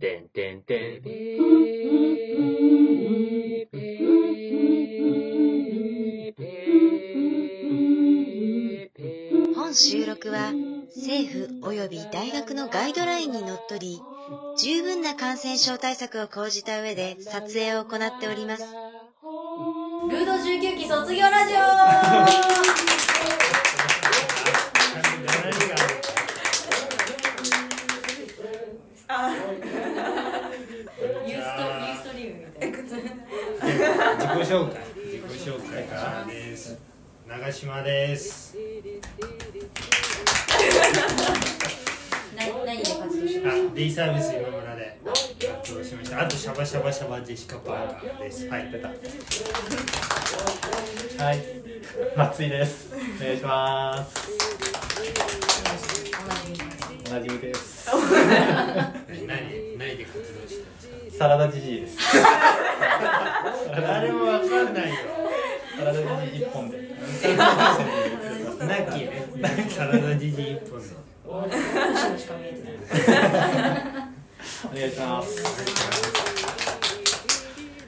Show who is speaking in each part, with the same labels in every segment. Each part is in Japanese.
Speaker 1: てんてんてん。
Speaker 2: 本収録は政府及び大学のガイドラインにのっとり、十分な感染症対策を講じた上で撮影を行っております。
Speaker 3: ルード19期卒業ラジオユーストユーストリームみたいな。
Speaker 4: 自己紹介自己紹介からです長島です
Speaker 3: な何で活動してます
Speaker 4: あデイサービス今村で活動しましたあとシャバシャバシャバジェシカパーカーですはい出た
Speaker 5: はい、松井です。お願いします。おなじみです。
Speaker 4: 何何で活動してます
Speaker 5: サラダじじいです。
Speaker 4: か誰もわかんないよ
Speaker 5: サラダじじい一本で。
Speaker 4: ナッキーねサラダジジイ一本で
Speaker 3: 同志しか見えてない。
Speaker 5: お願いします。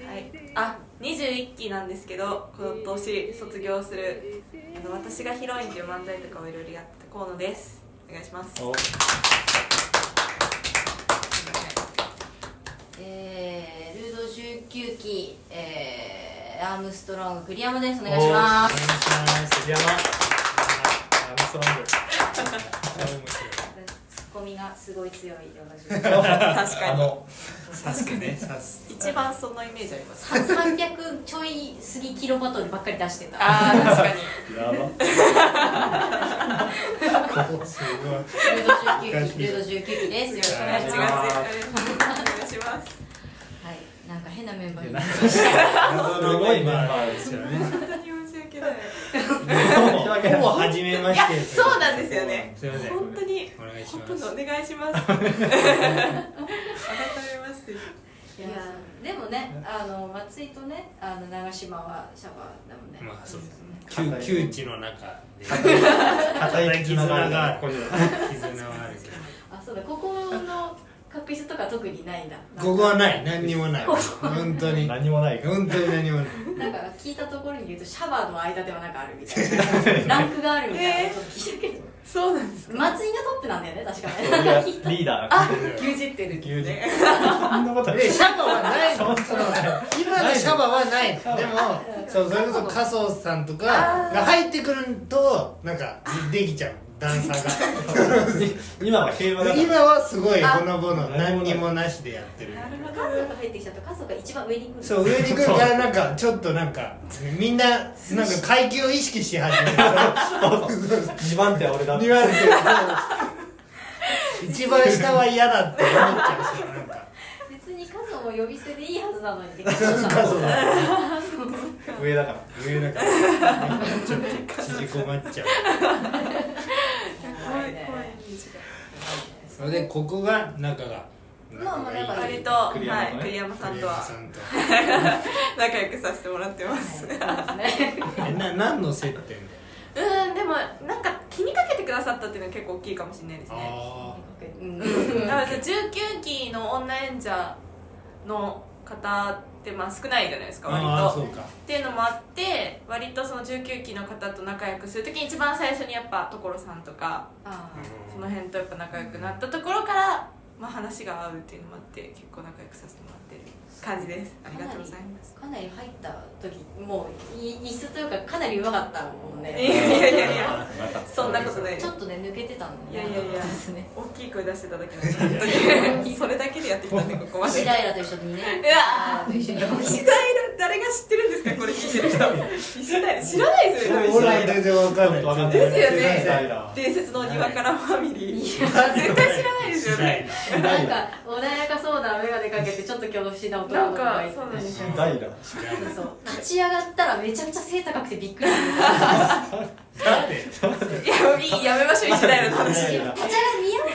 Speaker 6: はい、あ21期なんですけど今年卒業するあの私がヒロインという漫才とかをいろいろやってた河野ですお願いします
Speaker 5: お
Speaker 3: えー、ルード19期、えー、アームストロング栗山です。お願いします。
Speaker 5: 杉山。アムストロング。
Speaker 3: ツッコミがすごい強いルード
Speaker 6: 確
Speaker 5: あ
Speaker 6: かに
Speaker 5: の、
Speaker 4: 確かねさす
Speaker 6: 一番そのイメージあります
Speaker 3: 19期。300ちょい過ぎキロバトルばっかり出してた。
Speaker 6: あー確かに
Speaker 5: やば。
Speaker 3: ルード19
Speaker 4: すご
Speaker 3: 期、ルード19期です。よろしくお願いします。
Speaker 6: 違う違うお願いします
Speaker 3: はい、なんか変なメンバーに。
Speaker 4: い
Speaker 5: すごいメンバーです
Speaker 4: よね
Speaker 6: 本当に申し訳な
Speaker 4: ほ
Speaker 6: い
Speaker 4: ぼ初めま
Speaker 6: い
Speaker 4: し
Speaker 6: や
Speaker 4: て
Speaker 6: そうなんですよね
Speaker 4: すいません
Speaker 6: 本当に
Speaker 4: お願いし
Speaker 6: ほ
Speaker 4: ます
Speaker 6: とんどお願いします改めまして
Speaker 3: いやでもね、あの松井とね、あの長島はシャバだもんね。
Speaker 4: まあそうですね
Speaker 5: 硬い
Speaker 4: 窮窮地の中で
Speaker 5: 硬い絆がある。
Speaker 4: 絆はあるけど
Speaker 3: あ、そうだ、ここの確執とか特にないんだ。
Speaker 4: ここはない何にもない本当に
Speaker 5: 何もない。
Speaker 4: 本当に何もない
Speaker 3: なんか聞いたところに言うとシャバーの間ではなんかあるみたい なランクがあるみたいなこと聞いたけど、
Speaker 6: そうなんです
Speaker 3: 松井がトップなんだよね確かね
Speaker 5: リーダー。
Speaker 6: 牛耳ってるんですね
Speaker 5: そんなことない
Speaker 4: で。シャバはないの今のシャバはないのでもそうそれこそ加藤さんとかが入ってくるとなんかできちゃう段差が
Speaker 5: 今は平和だから。
Speaker 4: 今はすごいほのぼの
Speaker 5: あ
Speaker 4: 何にもなしでやってる
Speaker 6: なるほ
Speaker 3: 家
Speaker 6: ど
Speaker 3: 族入ってきちゃうと家族が一番上に来る
Speaker 4: そう上に行くからなんかちょっとなんかみんななんか階級を意識し始めた
Speaker 5: 二番手は 俺だ。
Speaker 4: 言われてる一番下は嫌だって思っちゃうしなんか
Speaker 3: 別に家族も呼び捨てでいいはずなのにって感じ
Speaker 4: そう
Speaker 3: だった
Speaker 4: そう
Speaker 5: 上だから。
Speaker 4: 上だからなんかちょっと縮こまっちゃう
Speaker 6: 怖い怖いイメージが
Speaker 4: それでここが中が
Speaker 3: まあまあ仲がいい
Speaker 6: 割と、は
Speaker 5: 栗山とね
Speaker 6: い、栗山さんとは
Speaker 4: さんと
Speaker 6: 仲良くさせてもらってます。
Speaker 3: そ
Speaker 6: う
Speaker 3: うですね
Speaker 4: えな何の接点だよ
Speaker 6: ーん、でも、なんか気にかけてくださったっていうのは結構大きいかもしれないですね。
Speaker 4: あ
Speaker 3: うん
Speaker 6: だから、19期の女演者の方って、まあ、少ないじゃないで
Speaker 4: ー
Speaker 6: すか、
Speaker 4: あー
Speaker 6: 割
Speaker 4: そ
Speaker 6: と。
Speaker 4: うか
Speaker 6: っていうのもあって、割とその19期の方と仲良くするときに、一番最初にやっぱ所さんとか、
Speaker 3: あ
Speaker 6: その辺とやっぱ仲良くなったところから、まあ、話が合うっていうのもあって、結構仲良くさせてもらってる感じです。ありがとうございます。
Speaker 3: ーかなり入った時もうい椅子というかかなり上手かったもん
Speaker 6: いや
Speaker 3: ね
Speaker 6: いやいやいや、そんなことないです
Speaker 3: ちょっとね抜けてたのね
Speaker 6: いやいやい
Speaker 3: で
Speaker 6: や
Speaker 3: すね
Speaker 6: 大きい声出してただけなんで本当にそれだけでやってきたんでここまで
Speaker 3: 石平と一緒にね
Speaker 6: うわ
Speaker 3: 石平と一緒に
Speaker 6: 石平誰が知ってるんですかこれ聞いてる人石平知らないですよね多分
Speaker 4: 俺は全然わかんない
Speaker 5: わかんない
Speaker 6: ですよね
Speaker 4: 全然
Speaker 6: 伝説のお庭からファミリー絶
Speaker 4: わかんない
Speaker 6: 対知らないですよね
Speaker 3: なんか穏やかそうな眼鏡かけてちょっと恐怖しな男
Speaker 6: なん
Speaker 3: の子が
Speaker 6: か
Speaker 3: いて
Speaker 6: そうなんですよ
Speaker 5: ダイダ。
Speaker 4: 知らない
Speaker 3: そう立ち上がったらめちゃくちゃ背高くてびっくりする
Speaker 4: だって
Speaker 6: いやいいやめましょう石平の話
Speaker 3: 立ち上がる宮本ぐ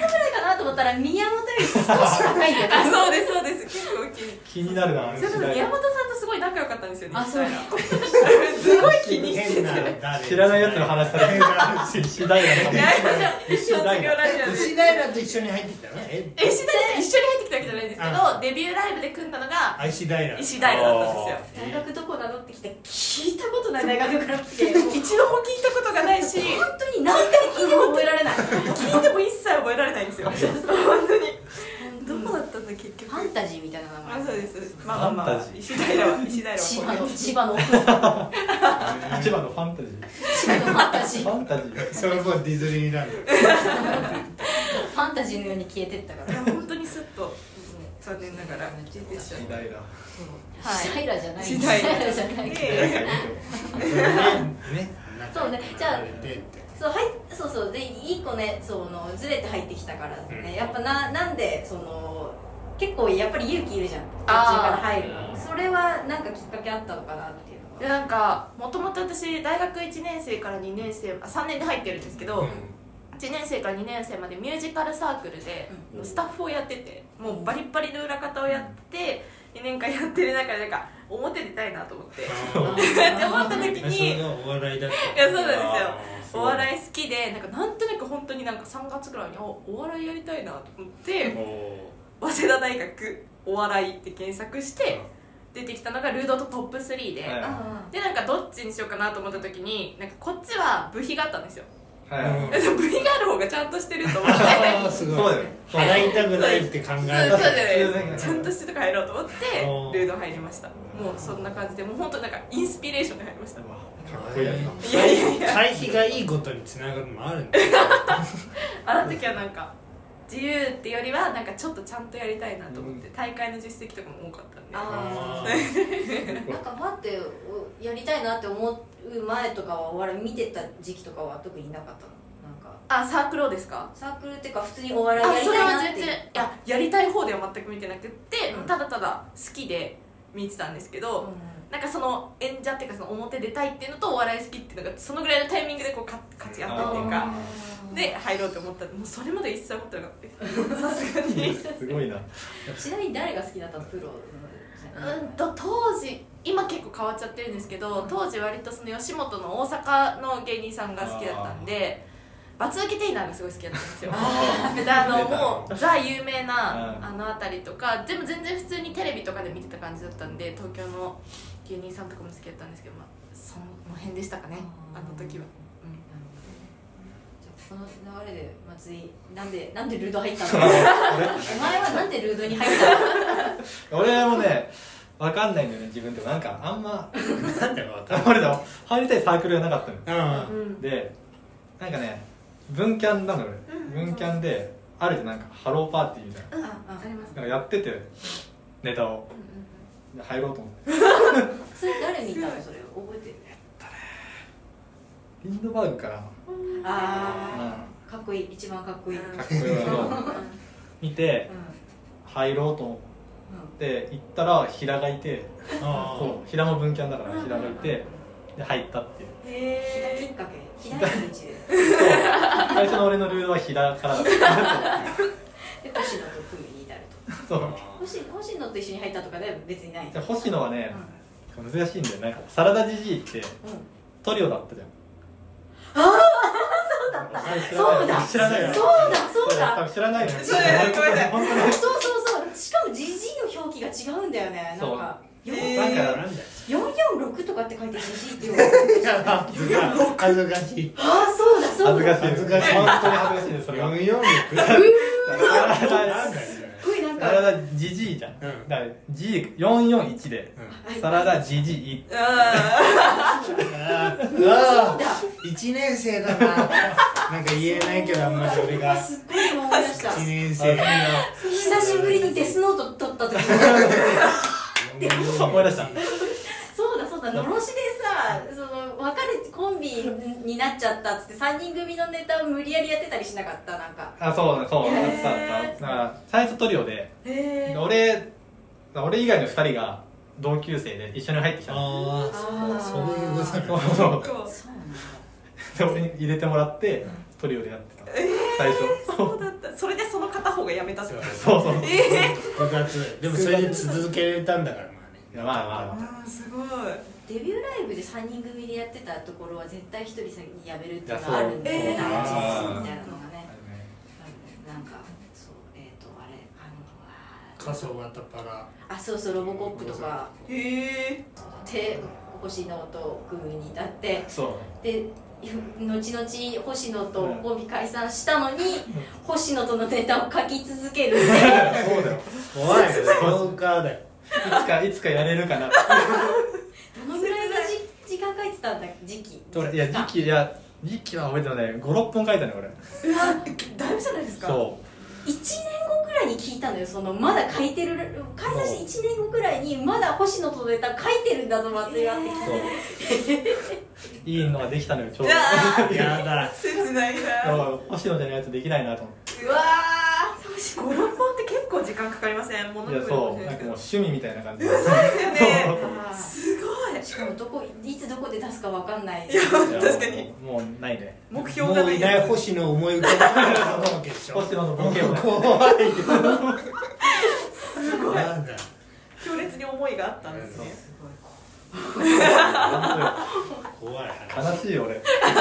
Speaker 3: らいかなと思ったら宮本より少し高いんだよ
Speaker 6: あそうですそうです結構大
Speaker 5: 気になるな
Speaker 6: それこそ宮本さんとすごい仲良かったんですよね
Speaker 3: あそう
Speaker 6: 実際すごい気にして
Speaker 4: 変
Speaker 6: て
Speaker 4: な誰
Speaker 5: 知らないやつの話されてる石平の話
Speaker 6: 卒業ラジオで
Speaker 4: 牛平と一緒に入ってきたのえ
Speaker 6: え石平一緒に入ってきたわけじゃないんですけどデビューライブで組んだのが
Speaker 4: あ石平
Speaker 6: 石平だったんですよ
Speaker 3: 大学どこなのって来て聞いたことない大学から来て
Speaker 6: 一度
Speaker 3: も
Speaker 6: も
Speaker 3: う
Speaker 6: 聞いたことがないし聞
Speaker 3: 本当に何でも聞いても覚えられないフ
Speaker 6: いても一切覚えられないんですよ本当にどこだったんだ結局
Speaker 3: ァンタジーみたいな 名
Speaker 6: あ
Speaker 3: 前
Speaker 6: そうですまあまあ
Speaker 5: ファン
Speaker 6: まあ
Speaker 5: タジー
Speaker 6: 石平 は石平は
Speaker 3: 千
Speaker 6: こ
Speaker 3: 葉
Speaker 6: ういう
Speaker 3: の千
Speaker 5: 一
Speaker 3: 葉の千葉
Speaker 5: 番のファンタジー
Speaker 3: のファンタジー
Speaker 5: フ
Speaker 3: フ
Speaker 5: ァンタジー
Speaker 4: それもディズニーランド
Speaker 3: ァンタジーのように消えてったか
Speaker 6: い
Speaker 3: ら
Speaker 6: や本当にスッと残念ながら消えて
Speaker 5: 石
Speaker 6: しま
Speaker 5: 平なんか
Speaker 3: シャイラじゃない
Speaker 6: シ
Speaker 3: シ
Speaker 6: ャイラ
Speaker 3: ャイラじゃないい
Speaker 5: いい
Speaker 4: ね
Speaker 3: そうねじゃあ
Speaker 4: で
Speaker 3: そうはいそうそうで一個ねそのずれて入ってきたから
Speaker 4: うん
Speaker 3: ねやっぱななんでその結構やっぱり勇気いるじゃん途中から
Speaker 6: あー
Speaker 3: 入るのそれはなんかきっかけあったのかなっていうのは
Speaker 6: でなんかもともと私大学1年生から2年生あ3年で入ってるんですけど、1年生から2年生までミュージカルサークルで
Speaker 5: うん
Speaker 6: スタッフをやっててもうバリッバリの裏方をやって2年間やってる中でなんか表出たいなと思っ てって思った時
Speaker 4: それ
Speaker 6: に
Speaker 4: がお笑いだっ
Speaker 6: いやそうなんですよ
Speaker 5: そう
Speaker 6: お笑い好きでなんかなんとなく本当になんか3月ぐらいにおお笑いやりたいなと思って早稲田大学お笑いって検索して出てきたのがルードとトップ3で、
Speaker 5: はい
Speaker 3: あ
Speaker 6: でなんかどっちにしようかなと思った時になんかこっちは部費があったんですよ
Speaker 5: はい
Speaker 6: 部費がある方がちゃんとしてる と思って
Speaker 4: たあーす
Speaker 5: そう
Speaker 4: ごい
Speaker 5: だよ
Speaker 4: 払いたくないって考
Speaker 6: そうそうじ
Speaker 4: え
Speaker 6: ゃ
Speaker 4: た
Speaker 6: ないですちゃんとしてとか入ろうと思っ
Speaker 5: おー
Speaker 6: てルード入りましたもうそんな感じでもう本当なんかインスピレーションで入りました
Speaker 5: かっこいいやつだ
Speaker 6: いやいやいや
Speaker 4: 対比がいいことにつながるのもあ るんだよ
Speaker 6: あの時はなんか自由ってよりはなんかちょっとちゃんとやりたいなと思って大会の実績とかも多かったんで
Speaker 3: あ
Speaker 4: あ
Speaker 3: ーなんかファンっておやりたいなって思う前とかはお笑い見てた時期とかは特になかったのなんか
Speaker 6: あサークローですか
Speaker 3: サークルっていうか普通にお笑い
Speaker 6: あ
Speaker 3: やり
Speaker 6: それ
Speaker 3: たい
Speaker 6: は
Speaker 3: なっ
Speaker 6: 全
Speaker 3: ていう
Speaker 6: 然いややりたい方では全く見てなくって、
Speaker 3: うん
Speaker 6: ただただ好きで見てたんですけど、なんかその演者っていうかその表出たいっていうのとお笑い好きっていうのがそのぐらいのタイミングでこうか勝ち合ったっていうか
Speaker 3: うん
Speaker 6: で入ろうと思ったらもうそれまで一切思ってなかったですさすがに
Speaker 5: すごいな
Speaker 3: ちなみに誰が好きだったのプロの
Speaker 6: うんと当時今結構変わっちゃってるんですけど当時割とその吉本の大阪の芸人さんが好きだったんでバツウケテイナーがすごい好きだったんですよであのもうザ有名な
Speaker 5: うん
Speaker 6: あの辺りとかでも全然普通にテレビとかで見てた感じだったんで東京の芸人さんとかも好きだったんですけどまあその辺でしたかねあの時は、うん
Speaker 3: じゃあこの流れで松井なんでなんでルード入ったのお前はなんでルードに入ったの
Speaker 5: 俺もねわかんないんだよね自分でもなんかあんま
Speaker 4: なんだかわかん
Speaker 5: あ俺だ入りたいサークルがなかったのよ
Speaker 4: ない
Speaker 5: でなんかね文キャンなんだよ俺文キャンであるじゃんなんかハローパーティーみたいな
Speaker 3: ああ
Speaker 6: あります
Speaker 5: なんかやっててネタをで入ろうと思って
Speaker 3: それ誰見たのそれ覚えてる
Speaker 5: リンドバーグから
Speaker 3: ああかっこいい一番かっこいい、うん
Speaker 5: かっこいいのを見て入ろうと思って行ったら平がいて
Speaker 4: うんあー
Speaker 5: そう平も文キャンだから平がいてで入ったっていう
Speaker 3: 左き
Speaker 6: え
Speaker 3: っかけ左き道
Speaker 5: 最初の俺のルールは平からだった
Speaker 3: でで星野と組に至ると
Speaker 5: そう
Speaker 3: 星星野と一緒に入ったとかでは別にない
Speaker 5: で星野は
Speaker 3: う
Speaker 5: ね
Speaker 3: ん
Speaker 5: 難しいんだよなんかサラダじじいって
Speaker 3: うん
Speaker 5: トリオだったじゃんああ
Speaker 3: そうだ
Speaker 5: 知らないよ
Speaker 3: そうだそうだ
Speaker 5: 多分知らないよ
Speaker 6: そうだよごめんなさい
Speaker 5: 本当に
Speaker 3: そうそうそうしかもじじいの表記が違うんだよねなんかよ
Speaker 6: えー
Speaker 4: だからなんだよ
Speaker 3: 446とかって書いてじじいって言う
Speaker 4: 恥ずか 恥ずかしい
Speaker 3: ああそうだそう
Speaker 5: 恥ず
Speaker 3: だ
Speaker 5: かしい
Speaker 4: 恥ずかしい
Speaker 5: 本当に恥ずかしいですそれは
Speaker 4: 読み読みなんだよ
Speaker 3: すっごいなん
Speaker 5: サラ
Speaker 3: か
Speaker 5: ダじじいじゃんだ
Speaker 4: うん
Speaker 5: からじ441でサラダじじい
Speaker 4: あー
Speaker 3: そう
Speaker 4: あ
Speaker 3: だ
Speaker 4: ー一年生だななんか言えないけどあんまそれが
Speaker 3: すっごい思い出した
Speaker 4: 一年生だな
Speaker 3: 久しぶりにデスノート撮った時に
Speaker 5: 思い出した
Speaker 3: そうだそうだのろしでさその別れコンビになっちゃったっつって3人組のネタを無理やりやってたりしなかったなんか
Speaker 5: あそうだそうだ
Speaker 6: へー
Speaker 5: だから最初トリオで
Speaker 6: ー、えー、
Speaker 5: 俺俺以外の2人が同級生で一緒に入ってきたの
Speaker 4: あ
Speaker 3: あー
Speaker 4: あそういうこと
Speaker 5: そうそう
Speaker 6: そう
Speaker 5: で俺に入れてもらってトリオでやってた
Speaker 6: え
Speaker 5: 最初
Speaker 6: そうだったそれでその片方がやめたってこと
Speaker 5: そうそう
Speaker 6: ええ
Speaker 4: 部活でもそれで続けれたんだからまあね
Speaker 5: いやまあまあま
Speaker 6: あーすごい
Speaker 3: デビューライブで3人組でやってたところは絶対1人先に辞めるっていうのがあるんでなん
Speaker 6: いやそう
Speaker 3: か
Speaker 5: あー
Speaker 3: みたいなのがね
Speaker 5: あ
Speaker 3: なんかそうえっ、とあれあの
Speaker 4: 過疎渡パラ
Speaker 3: ああそうそうロボコップとか
Speaker 6: へえ
Speaker 3: で星野と組に至って
Speaker 5: そ
Speaker 3: で後々星野とコンビ解散したのに、星野とのネタを書き続ける
Speaker 4: そうだよ怖いよストーカーだよ
Speaker 5: ういつかいつかやれるかなって
Speaker 3: どのぐらいのじ時間書いてたんだ時期
Speaker 5: どれいや時期いや時期は覚えてない56本書いたね俺
Speaker 6: うわだいぶじゃないですか
Speaker 5: そ
Speaker 3: 1年後くらいに聞いたのよそのまだ書いてる解散して1年後くらいにまだ星野とのネタ書いてるんだぞ松井はって聞いうて
Speaker 5: そういいのができたのよちょう
Speaker 6: うわー
Speaker 4: やだ
Speaker 6: 切ない
Speaker 5: ど
Speaker 6: な
Speaker 5: だから星野じゃないやつできないなと思って
Speaker 6: うわー56本って結構時間かかりませんもの
Speaker 5: いやそうなんかもう趣味みたいな感じで
Speaker 6: ですよね
Speaker 3: あー
Speaker 6: すごい
Speaker 3: しかもどこいつどこで出すかわかんない
Speaker 6: 確かに
Speaker 5: もうもうないね
Speaker 6: 目標が
Speaker 4: も
Speaker 6: な
Speaker 4: う
Speaker 6: い
Speaker 4: いない星の思い浮かべたわけでしょ
Speaker 5: 星野のボケをね
Speaker 4: 怖いよ
Speaker 6: すごい
Speaker 4: なんだよ
Speaker 6: 強烈に思いがあったんですね
Speaker 5: 本
Speaker 4: 怖い
Speaker 5: 当
Speaker 4: 話
Speaker 5: に悲しいよ俺悲しい俺、ま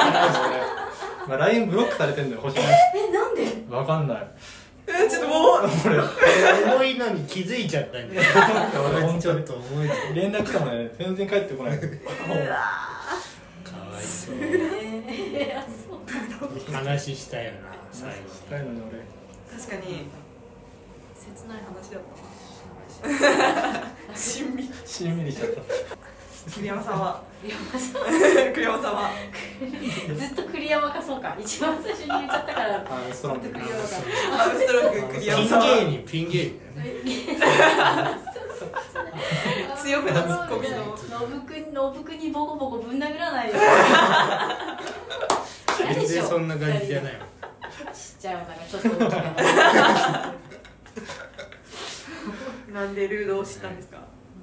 Speaker 5: あ、LINE ブロックされてんだよ星野
Speaker 3: えなんで
Speaker 5: わかんない
Speaker 6: うんちょっともう
Speaker 5: 俺
Speaker 4: 重いのに気づいちゃったんだよ
Speaker 5: 俺本
Speaker 4: ち
Speaker 5: 当
Speaker 4: ょっ
Speaker 5: に
Speaker 4: と重い
Speaker 5: 連絡来たもんね全然帰ってこない
Speaker 4: かわいそう
Speaker 3: えーあそう
Speaker 4: 話したよな最後
Speaker 5: 近いのに俺
Speaker 6: 確かに切ない話だった なしんみ
Speaker 5: しんみりしちゃった
Speaker 6: 栗山さんは
Speaker 3: 栗山さ
Speaker 6: 栗山さんは
Speaker 3: んずっと栗山かそうか一番最初に言っちゃったから
Speaker 5: あのストロング
Speaker 3: 栗山か
Speaker 6: アウストローク栗山さん
Speaker 4: ピン
Speaker 6: は
Speaker 4: 芸人ピン芸人だよね
Speaker 6: 強くなツッコミの
Speaker 3: ノブくんノブくんにボコボコぶん殴らないよ嫌で
Speaker 4: 全
Speaker 3: し
Speaker 4: 然
Speaker 3: ょ
Speaker 4: そんな感じじゃないも
Speaker 3: ちっ
Speaker 4: ん
Speaker 3: ちゃいお腹ちょっと大きな
Speaker 6: なんでルードを知ったんですか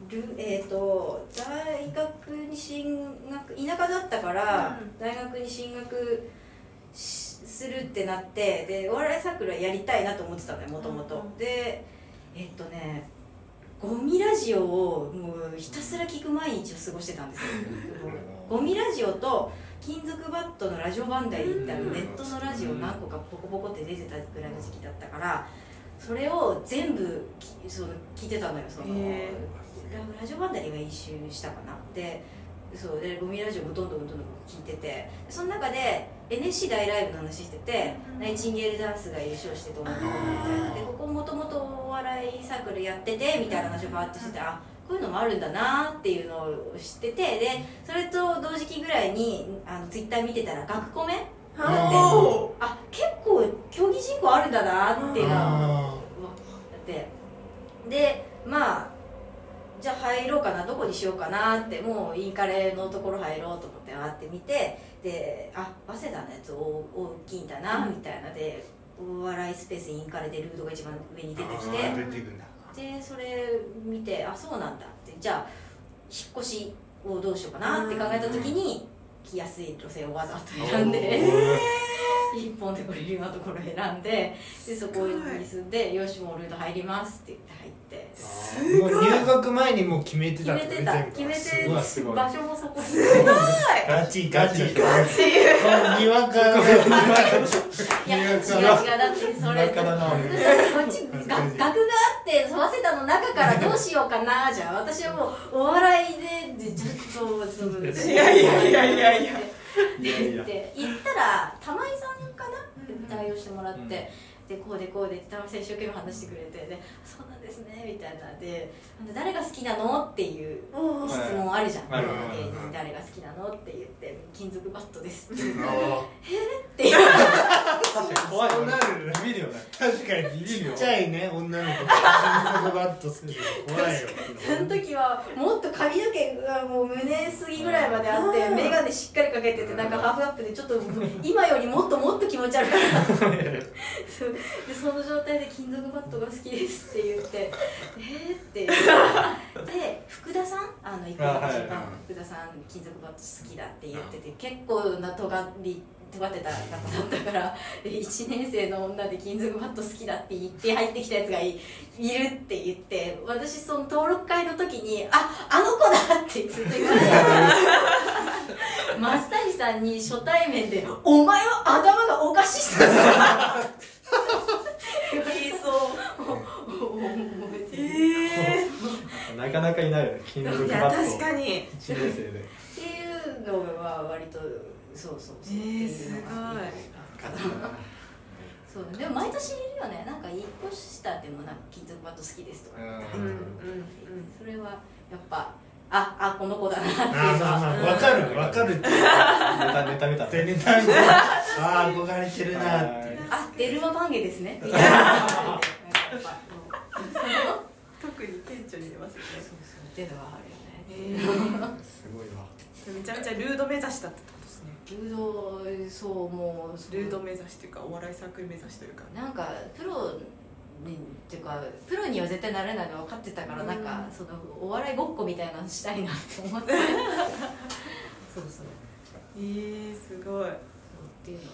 Speaker 3: るえー、と大学に進学田舎だったから、
Speaker 6: うん
Speaker 3: 大学に進学しするってなってでお笑いサークルはやりたいなと思ってたのよもとも
Speaker 6: うん
Speaker 3: と
Speaker 6: うん
Speaker 3: でえっ、とねゴミラジオをもうひたすら聞く毎日を過ごしてたんです よゴミラジオと金属バットのラジオ番台ってあ
Speaker 6: う
Speaker 3: の
Speaker 6: ん
Speaker 3: ネットのラジオ何個かポコポコって出てたぐらいの時期だったからそれを全部きその聞いてたのよその
Speaker 6: へ
Speaker 3: ララジオ番台が一周したかなでそうでゴミラジオもどんどんどんどん聞いててその中で NSC 大ライブの話してて、
Speaker 6: うん
Speaker 3: ナイチンゲールダンスが優勝してどうのこうのみたいなでここもともとお笑いサークルやっててみたいな話をバーってしてて、あこういうのもあるんだなっていうのを知っててでそれと同時期ぐらいにあのツイッター見てたら学コメ
Speaker 4: あ
Speaker 3: あ結構競技人口あるんだなっていうのは
Speaker 4: あ
Speaker 3: ってでまあじゃあ入ろうかなどこにしようかなってもうインカレのところ入ろうと思ってあって見てであ早稲田のやつ大大きいんだな
Speaker 6: うん
Speaker 3: みたいなで、お笑いスペースインカレでルードが一番上に出てきて
Speaker 4: ー出てくんだ
Speaker 3: でそれ見てあそうなんだってじゃあ引っ越しをどうしようかなって考えた時に来やすい路線をわざと選んで一本でこれるようなところを選んででそこに住んで「よしもうルート入ります」って言って入って
Speaker 6: すごい
Speaker 4: もう入学前にもう決めて
Speaker 3: 決
Speaker 4: たっ
Speaker 3: め
Speaker 4: て
Speaker 3: てた決め
Speaker 4: すごい
Speaker 5: す
Speaker 3: て
Speaker 5: ごい
Speaker 3: 場所もそこに
Speaker 4: ガチガチ
Speaker 5: ガチ
Speaker 4: にわかが
Speaker 3: いや違う違うだってそ
Speaker 5: 田
Speaker 3: れ
Speaker 5: 舎だな俺
Speaker 3: こっちが学があって早稲田の中からどうしようかなじゃあ私はもうお笑いででちょっとその
Speaker 6: いやいやいやいや いや
Speaker 5: いやい
Speaker 3: 行
Speaker 5: や
Speaker 3: って行ったら玉井さんかな
Speaker 6: うん
Speaker 3: 対応してもらって、でこうでこうでって玉井さん一生懸命話してくれてで「そうなんですね」みたいなで「あの誰が好きなの?」っていう
Speaker 6: おー
Speaker 3: 質問あるじゃん
Speaker 5: はい
Speaker 3: 芸人誰が好きなの?」って言って「金属バットです」って
Speaker 5: えー確かに怖い
Speaker 4: そう
Speaker 5: よね
Speaker 4: なるね
Speaker 5: ビビるよね
Speaker 4: 確かに
Speaker 5: ビビる
Speaker 4: ち
Speaker 5: よ
Speaker 4: っちゃいね女の子が金属バット好き怖いよ
Speaker 3: その時はもっと髪の毛がもう胸すぎぐらいまであって眼鏡しっかりかけててなんかハーフアップでちょっと今よりもっともっと気持ち悪かったそうでその状態で金属バットが好きですって言ってえ ーって言ってで福田さんあの一個の
Speaker 5: あはい
Speaker 3: 審判福田さん金属バット好きだって言ってて結構な尖り尖ってた方だったから で1年生の女で金属バット好きだって言って入ってきたやつがいいるって言って私その登録会の時に「ああの子だ!」ってずっと言われて た松谷さんに初対面で「お前は頭がおかしいっすよ」言いそう覚えてる
Speaker 6: え
Speaker 5: なかなかいないよね金
Speaker 6: ー、
Speaker 5: 属
Speaker 6: い
Speaker 5: バ
Speaker 6: や
Speaker 5: ッ
Speaker 6: 確
Speaker 5: ト
Speaker 6: かに
Speaker 5: 1年生で
Speaker 3: っていうのは割とそうそうそう、
Speaker 6: えーすごい
Speaker 3: そうねでも毎年いるよねなんか一個下でもなんか金属バット好きですとか、
Speaker 6: うんうん
Speaker 3: それはやっぱああこの子だなっていう
Speaker 4: あ
Speaker 3: の
Speaker 4: ーまあま
Speaker 3: は
Speaker 4: あわか るわかるって
Speaker 5: ネタネタ見た
Speaker 4: 全
Speaker 5: ね
Speaker 4: 然大丈夫あー憧れてるなーって
Speaker 3: あデルマバンゲです ねみたいなやっぱうん
Speaker 6: 特に顕著に出ますよね
Speaker 3: そうそうっていうのはあるよね
Speaker 6: え
Speaker 5: すごいわ
Speaker 6: ー、めちゃめちゃルード目指したってことですね
Speaker 3: 柔道そうもうそう
Speaker 6: ルード目指しというかお笑いサークル目指しというか
Speaker 3: なんかプロにっていうかプロには絶対なれないの分かってたからなんか、
Speaker 6: うん
Speaker 3: そのお笑いごっこみたいなのしたいなって思ってそうそうそう
Speaker 6: えー、すごい
Speaker 3: っていうの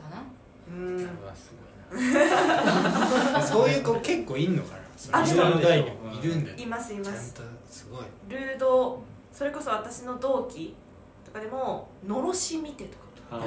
Speaker 3: かな
Speaker 6: うん
Speaker 4: うわすごいなそういう子結構いんのかなその
Speaker 6: あでも
Speaker 4: 下の代にもいるんだよ
Speaker 6: いますい
Speaker 4: ちゃ
Speaker 6: ま
Speaker 4: ん
Speaker 6: す
Speaker 4: とすごい
Speaker 6: ルードそれこそ私の同期とかでものろし見てとか
Speaker 5: あ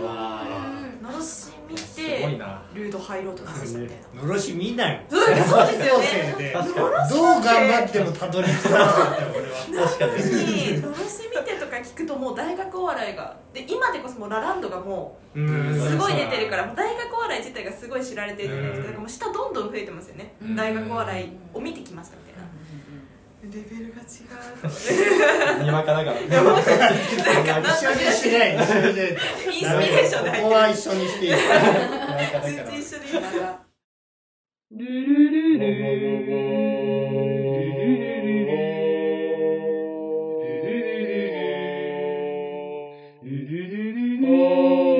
Speaker 6: のろし見
Speaker 5: ーすごい
Speaker 6: て
Speaker 5: な
Speaker 6: ルード入ろうとかしてたみたいな
Speaker 4: のろし見ない
Speaker 6: そうそうですよ
Speaker 4: 高校生
Speaker 6: ね
Speaker 4: で
Speaker 5: 確
Speaker 4: どう
Speaker 5: か
Speaker 4: 頑張ってもたどり着かなかったよ俺は
Speaker 5: に確か
Speaker 6: 確
Speaker 5: に
Speaker 6: かにのろし見てとか聞くともう大学お笑いがで今でこそもうラランドがも
Speaker 4: う
Speaker 6: うんすごい出てるからもう大学お笑い自体がすごい知られてるじゃないです
Speaker 5: うん
Speaker 6: かだからもう下どんどん増えてますよね
Speaker 3: うん
Speaker 6: 大学お笑いを見てきましたみたいなレベルが違うとか ね
Speaker 5: にわかだからねなんか
Speaker 4: 一緒にしない一緒にしない
Speaker 6: インスピレーション
Speaker 4: ここ
Speaker 6: で入ってる
Speaker 4: は一緒にして いい
Speaker 5: だ
Speaker 6: 全
Speaker 5: から
Speaker 6: 然一緒でいいから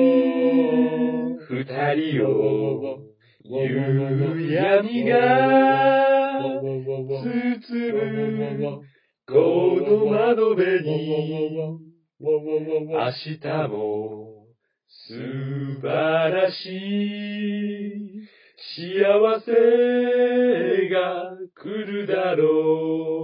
Speaker 1: もう二人を夕闇が包むこの窓辺に明日も素晴らしい幸せが来るだろう